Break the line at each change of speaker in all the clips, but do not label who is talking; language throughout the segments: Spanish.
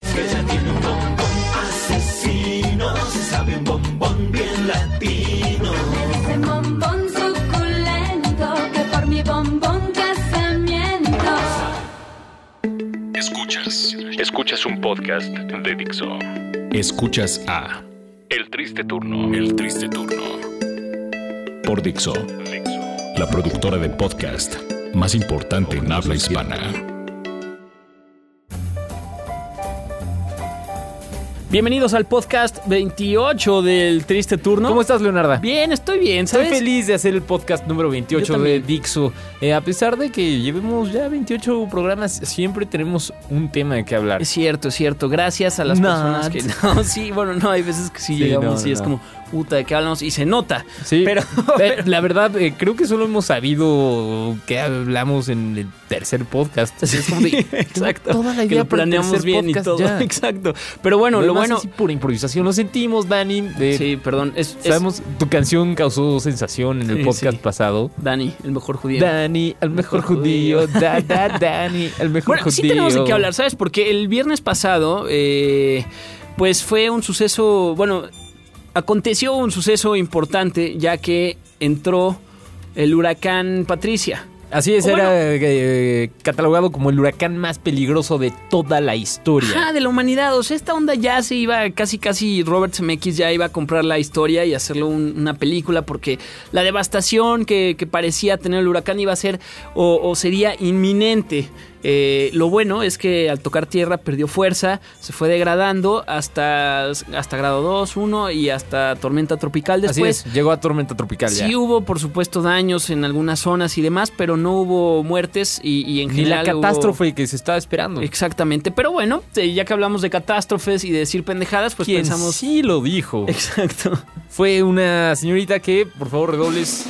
que ya tiene un bombón asesino. Se sabe un bombón bien latino.
Ese bombón suculento que por mi bombón casamiento.
Escuchas, escuchas un podcast de Dixo. Escuchas a El Triste Turno, El Triste Turno. Por Dixo, la productora de podcast más importante en habla hispana.
Bienvenidos al podcast 28 del Triste Turno.
¿Cómo estás, Leonarda?
Bien, estoy bien,
Estoy
¿sabes?
feliz de hacer el podcast número 28
Yo
de
también.
Dixo. Eh, a pesar de que llevemos ya 28 programas, siempre tenemos un tema de qué hablar.
Es cierto, es cierto. Gracias a las
Not.
personas que. No, sí, bueno, no, hay veces que sí,
Sí,
llegamos
no,
y
no,
es
no.
como, puta, ¿de qué hablamos? Y se nota.
Sí,
Pero-
pero, la verdad, eh, creo que solo hemos sabido que hablamos en el tercer podcast. Es como de-
Exacto.
Toda la
que
idea
lo planeamos bien y todo. Exacto. Pero bueno,
Bueno,
lo, bueno.
es pura improvisación. Lo sentimos, Dani. eh,
Sí, perdón. Es, es
Sabemos, tu canción causó sensación en el
Sí,
podcast
sí.
pasado.
Dani, el mejor judío.
Dani, el mejor
Mejor
judío. Da, da, Dani, el mejor
bueno,
judío.
sí tenemos de qué hablar, ¿sabes? Porque el viernes pasado, eh, pues fue un suceso, bueno, aconteció un suceso importante ya que entró el huracán Patricia.
Así es,
O
era
bueno.
eh, catalogado como el huracán más peligroso de toda la historia.
Ah, de la humanidad, o sea, esta onda ya se iba, casi casi Robert Zemeckis ya iba a comprar la historia y hacerlo un- una película porque la devastación que, que parecía tener el huracán iba a ser o, o sería inminente. Eh, lo bueno es que al tocar tierra perdió fuerza, se fue degradando hasta, hasta grado 2, 1 y hasta tormenta tropical
Así
después.
es, llegó a tormenta tropical ya.
Sí hubo, por supuesto, daños en algunas zonas y demás, pero no hubo muertes y, y en
Ni la
general hubo-
catástrofe que se estaba esperando.
Exactamente, pero bueno, eh, ya que hablamos de catástrofes y de decir pendejadas, pues
Quien
pensamos...
sí lo dijo
Exacto.
fue una señorita que, por favor, redobles.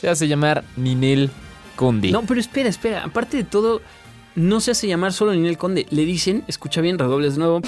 Se hace llamar Ninel Conde.
No, pero espera, espera, aparte de todo, no se hace llamar solo Ninel Conde, le dicen, escucha bien, redobles de nuevo.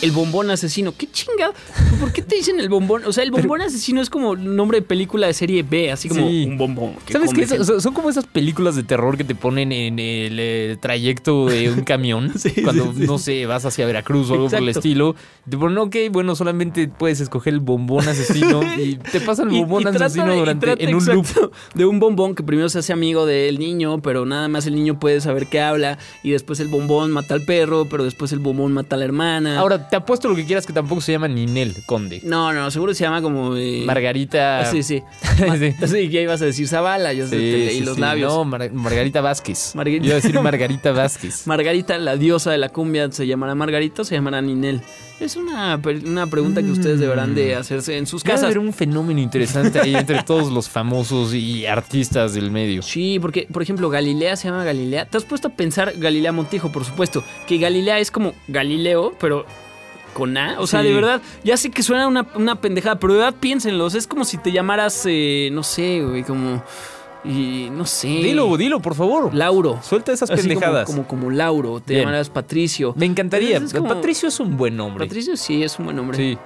El bombón asesino, qué chingada. ¿Por qué te dicen el bombón? O sea, el bombón asesino es como nombre de película de serie B, así como
Sí.
un bombón. que
¿Sabes
come
qué?
gente.
Son, son como esas películas de terror que te ponen en el eh, trayecto de un camión. cuando, no sé, vas hacia Veracruz o algo por el
Exacto.
estilo. Te ponen, ok, bueno, solamente puedes escoger el bombón asesino. y te pasa el
Y- y
bombón
trata
asesino
de- y
durante,
trata,
en un
exacto,
loop.
De un bombón que primero se hace amigo del niño, pero nada más el niño puede saber qué habla. Y después el bombón mata al perro, pero después el bombón mata a la hermana.
Ahora, te apuesto lo que quieras que tampoco se llama Ninel Conde.
No, no, seguro se llama como. eh,
Margarita...
Sí, sí.
Sí.
Sí, ya ibas a decir Zavala, yo sé,
Sí,
te leí
sí,
los
sí.
labios.
No, Mar- Margarita Vázquez.
Margarita.
Yo iba a decir Margarita Vázquez.
Margarita, la diosa de la cumbia, ¿se llamará Margarita o se llamará Ninel? Es una, per- una pregunta que ustedes deberán
Mm.
de hacerse en sus
Debe
casas.
haber un fenómeno interesante ahí entre todos los famosos y artistas del medio.
Sí, porque, por ejemplo, Galilea se llama Galilea. ¿Te has puesto a pensar Galilea Montijo, por supuesto? Que Galilea es como Galileo, pero con A. O sea,
Sí.
de verdad, ya sé que suena una, una pendejada, pero de verdad piénsenlo. O sea, es como si te llamaras, eh, no sé, güey, como. Y, no sé.
Dilo, dilo, por favor.
Lauro.
Suelta esas
Así como-
pendejadas.
Como, como, Lauro, te
Bien.
llamarás Patricio.
Me encantaría.
Entonces es como-
Patricio es un buen nombre.
Patricio sí es un buen nombre.
Sí.